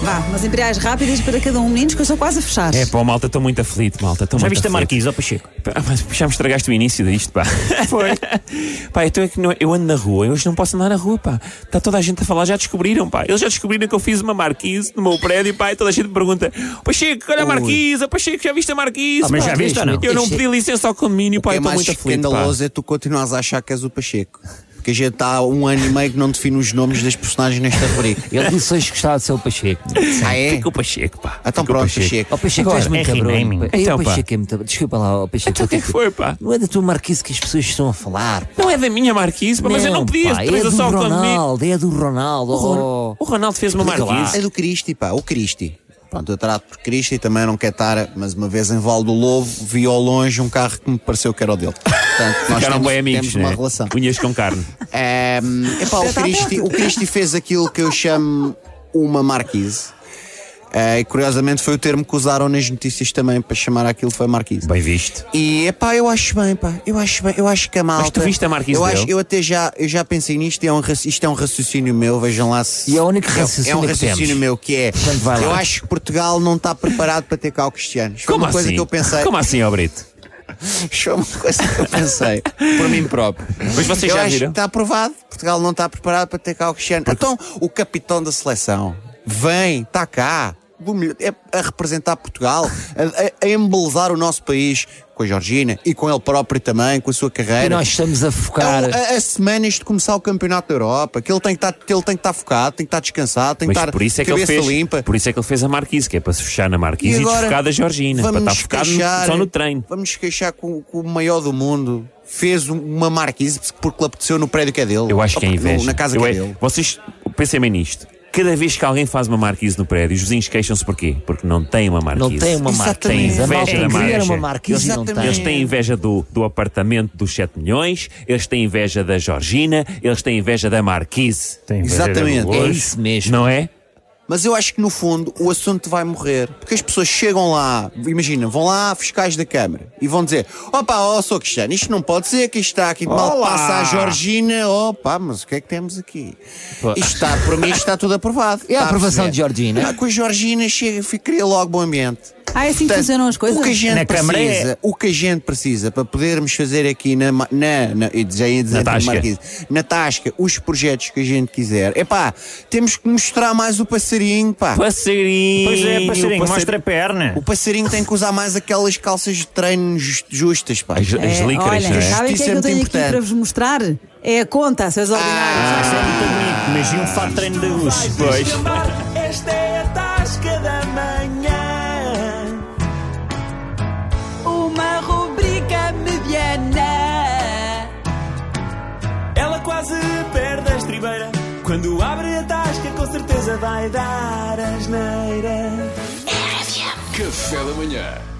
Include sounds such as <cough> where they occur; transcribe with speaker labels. Speaker 1: Vá, umas imperiais rápidas para cada um, meninos, que eu estou quase a fechar.
Speaker 2: É, pá, malta, estou muito aflito, malta. estou
Speaker 3: Já
Speaker 2: muito
Speaker 3: viste a
Speaker 2: aflito.
Speaker 3: Marquise, ó Pacheco?
Speaker 2: Pá, mas Já me estragaste o início disto,
Speaker 3: <laughs>
Speaker 2: pá. Foi. pá, então eu, tô aqui no- eu ando na rua, eu hoje não posso andar na rua, pá. Está toda a gente a falar, já descobriram, pá. Eles já descobriram que eu fiz uma marquise no meu prédio, pá, e toda a gente me pergunta: Pacheco, olha a marquise, ó Pacheco, já viste a marquise?
Speaker 3: Ah, mas
Speaker 2: pá?
Speaker 3: já viste ou não?
Speaker 2: Eu não pedi licença ao condomínio, pá,
Speaker 4: é
Speaker 2: eu estou
Speaker 4: mais
Speaker 2: muito aflito. Pá.
Speaker 4: escandaloso é tu continuas a achar que és o Pacheco. Porque a gente está há um ano e meio que não define os nomes das personagens nesta rubrica.
Speaker 5: Ele disse hoje que gostava de ser o Pacheco.
Speaker 4: Ah, é?
Speaker 2: Fica o Pacheco, pá.
Speaker 4: Ah, Então
Speaker 2: Fica o
Speaker 4: pronto,
Speaker 2: Pacheco.
Speaker 4: Pacheco.
Speaker 5: Ó Pacheco, tu és
Speaker 3: Agora,
Speaker 5: muito
Speaker 3: é
Speaker 5: cabrão.
Speaker 3: renaming.
Speaker 5: pá. Ei,
Speaker 2: Então,
Speaker 5: o
Speaker 2: pá.
Speaker 5: Pacheco é muito. Desculpa lá, ó Pacheco.
Speaker 2: Então o que é que foi, pá?
Speaker 5: Não é da tua marquise que as pessoas estão a falar.
Speaker 2: Não é da minha marquise, pá, mas eu não pedi
Speaker 5: pá, É
Speaker 4: um
Speaker 5: do
Speaker 2: autorização ao condomínio.
Speaker 5: Ronaldo, é do Ronaldo. ó.
Speaker 2: O Ronaldo fez uma
Speaker 5: Diga lá.
Speaker 2: marquise.
Speaker 4: É do Cristi, pá, o Cristi. Pronto, eu trato por Cristi, também não quer estar, mas uma vez em Val do Lobo vi ao longe um carro que me pareceu que era o dele. Portanto, nós
Speaker 2: Ficaram
Speaker 4: temos,
Speaker 2: bem amigos,
Speaker 4: temos uma
Speaker 2: né?
Speaker 4: relação.
Speaker 2: Unhas com carne.
Speaker 4: É, epá, o, Cristi, o Cristi fez aquilo que eu chamo uma marquise. É, e curiosamente foi o termo que usaram nas notícias também para chamar aquilo foi marquise.
Speaker 2: Bem visto.
Speaker 4: E epá, eu acho bem, pá, eu acho bem, eu acho que a malta.
Speaker 2: tu viste a marquise
Speaker 4: eu acho,
Speaker 2: dele?
Speaker 4: eu até já, eu já pensei nisto, e é um, raci- isto é um raciocínio meu, vejam lá se.
Speaker 5: E é o único
Speaker 4: é-
Speaker 5: raciocínio
Speaker 4: É um
Speaker 5: que
Speaker 4: raciocínio
Speaker 5: temos.
Speaker 4: meu que é.
Speaker 5: Portanto, vai lá.
Speaker 4: Eu acho que Portugal não está preparado para ter cá o Cristianos. Foi
Speaker 2: Como
Speaker 4: uma
Speaker 2: assim?
Speaker 4: coisa que eu pensei.
Speaker 2: Como assim, ó Brito?
Speaker 4: Foi uma coisa que eu
Speaker 2: <laughs>
Speaker 4: pensei. por mim <laughs> próprio.
Speaker 2: Mas vocês
Speaker 4: eu
Speaker 2: já
Speaker 4: acho
Speaker 2: viram?
Speaker 4: que está aprovado. Portugal não está preparado para ter cá o Cristiano. Então, o capitão da seleção vem, está cá, do melhor- é a representar Portugal, a, a- a embelezar o nosso país com a Georgina e com ele próprio também, com a sua carreira.
Speaker 5: E oh. nós estamos a
Speaker 2: É
Speaker 5: focar.
Speaker 4: Então, a, a semanas de começar o Campeonato da Europa, que ele tem que estar, ele tem que estar focado, tem que estar descansado, tem que
Speaker 2: Mas
Speaker 4: estar
Speaker 2: por isso é que ele
Speaker 4: cabeça
Speaker 2: fez,
Speaker 4: limpa.
Speaker 2: por isso é que ele fez a Marquise, que é para se fechar na Marquise e,
Speaker 4: agora
Speaker 2: desfocar da Georgina, para
Speaker 4: vamos
Speaker 2: estar
Speaker 4: nos
Speaker 2: focado no-
Speaker 4: queixar-
Speaker 2: só no treino.
Speaker 4: Vamos nos queixar com, com o maior do mundo. Fez um- uma marquise porque lhe apeteceu no prédio que é dele.
Speaker 2: Eu acho que é
Speaker 4: Ou,
Speaker 2: inveja.
Speaker 4: no- Na casa
Speaker 2: Eu
Speaker 4: que é
Speaker 2: é-
Speaker 4: dele.
Speaker 2: Vocês pensem bem nisto. Cada vez que alguém faz uma marquise no prédio, os vizinhos queixam-se porquê? Porque não tem uma marquise.
Speaker 5: Não tem uma
Speaker 4: Exatamente.
Speaker 5: marquise. A malta
Speaker 2: Inveja da
Speaker 5: queria
Speaker 2: margem.
Speaker 5: uma marquise e não
Speaker 4: Exatamente.
Speaker 2: Eles
Speaker 5: tem.
Speaker 2: têm inveja do, do apartamento dos 7 milhões, eles têm inveja da Georgina, eles têm inveja da Marquise.
Speaker 4: Exatamente.
Speaker 5: É isso mesmo.
Speaker 2: Não é?
Speaker 4: Mas eu acho que no fundo o assunto vai morrer. Porque as pessoas chegam lá, imagina, vão lá fiscais da Câmara e vão dizer: opa, ó, sou Cristiano, isto não pode ser, que isto está aqui mal
Speaker 2: Olá.
Speaker 4: passa a Georgina, opa, mas o que é que temos aqui? Isto está, por mim, isto está tudo aprovado.
Speaker 5: É a
Speaker 4: Está
Speaker 5: aprovação
Speaker 4: perceber?
Speaker 5: de Georgina.
Speaker 4: Ah, com a Georgina chega, fica- cria logo bom ambiente.
Speaker 1: Ah, é assim que
Speaker 4: Portanto,
Speaker 1: funcionam as coisas?
Speaker 4: O que a gente
Speaker 3: Na Câmara é-
Speaker 4: precisa, o que a gente precisa para podermos fazer aqui na, ma- na, na, eu já ia dizer
Speaker 2: Na Tasca.
Speaker 4: Marquise, na tasca, os projetos que a gente quiser, é pá, temos que mostrar mais o passarinho, pá.
Speaker 2: Passarinho.
Speaker 3: Pois é, passarinho,
Speaker 2: passarinho.
Speaker 3: mostra a perna.
Speaker 4: O passarinho tem que usar mais aquelas calças de treino jus- justas, pá.
Speaker 2: As, as
Speaker 1: É,
Speaker 2: líquoras,
Speaker 1: olha,
Speaker 2: não é?
Speaker 1: sabem o que
Speaker 4: Justiça
Speaker 1: é que eu
Speaker 4: é muito
Speaker 1: tenho aqui
Speaker 4: importante.
Speaker 1: para vos mostrar? É a conta, seus ordinários.
Speaker 3: Isso é muito bonito, mas e um fato de treino da Gucci?
Speaker 6: Vai descambar, esta é a tasca da manhã.
Speaker 4: Ah.
Speaker 1: Uma rubrica mediana.
Speaker 6: Ela quase perde a estribeira. Quando abre a tasca, com certeza vai dar asneira.
Speaker 7: Café da manhã.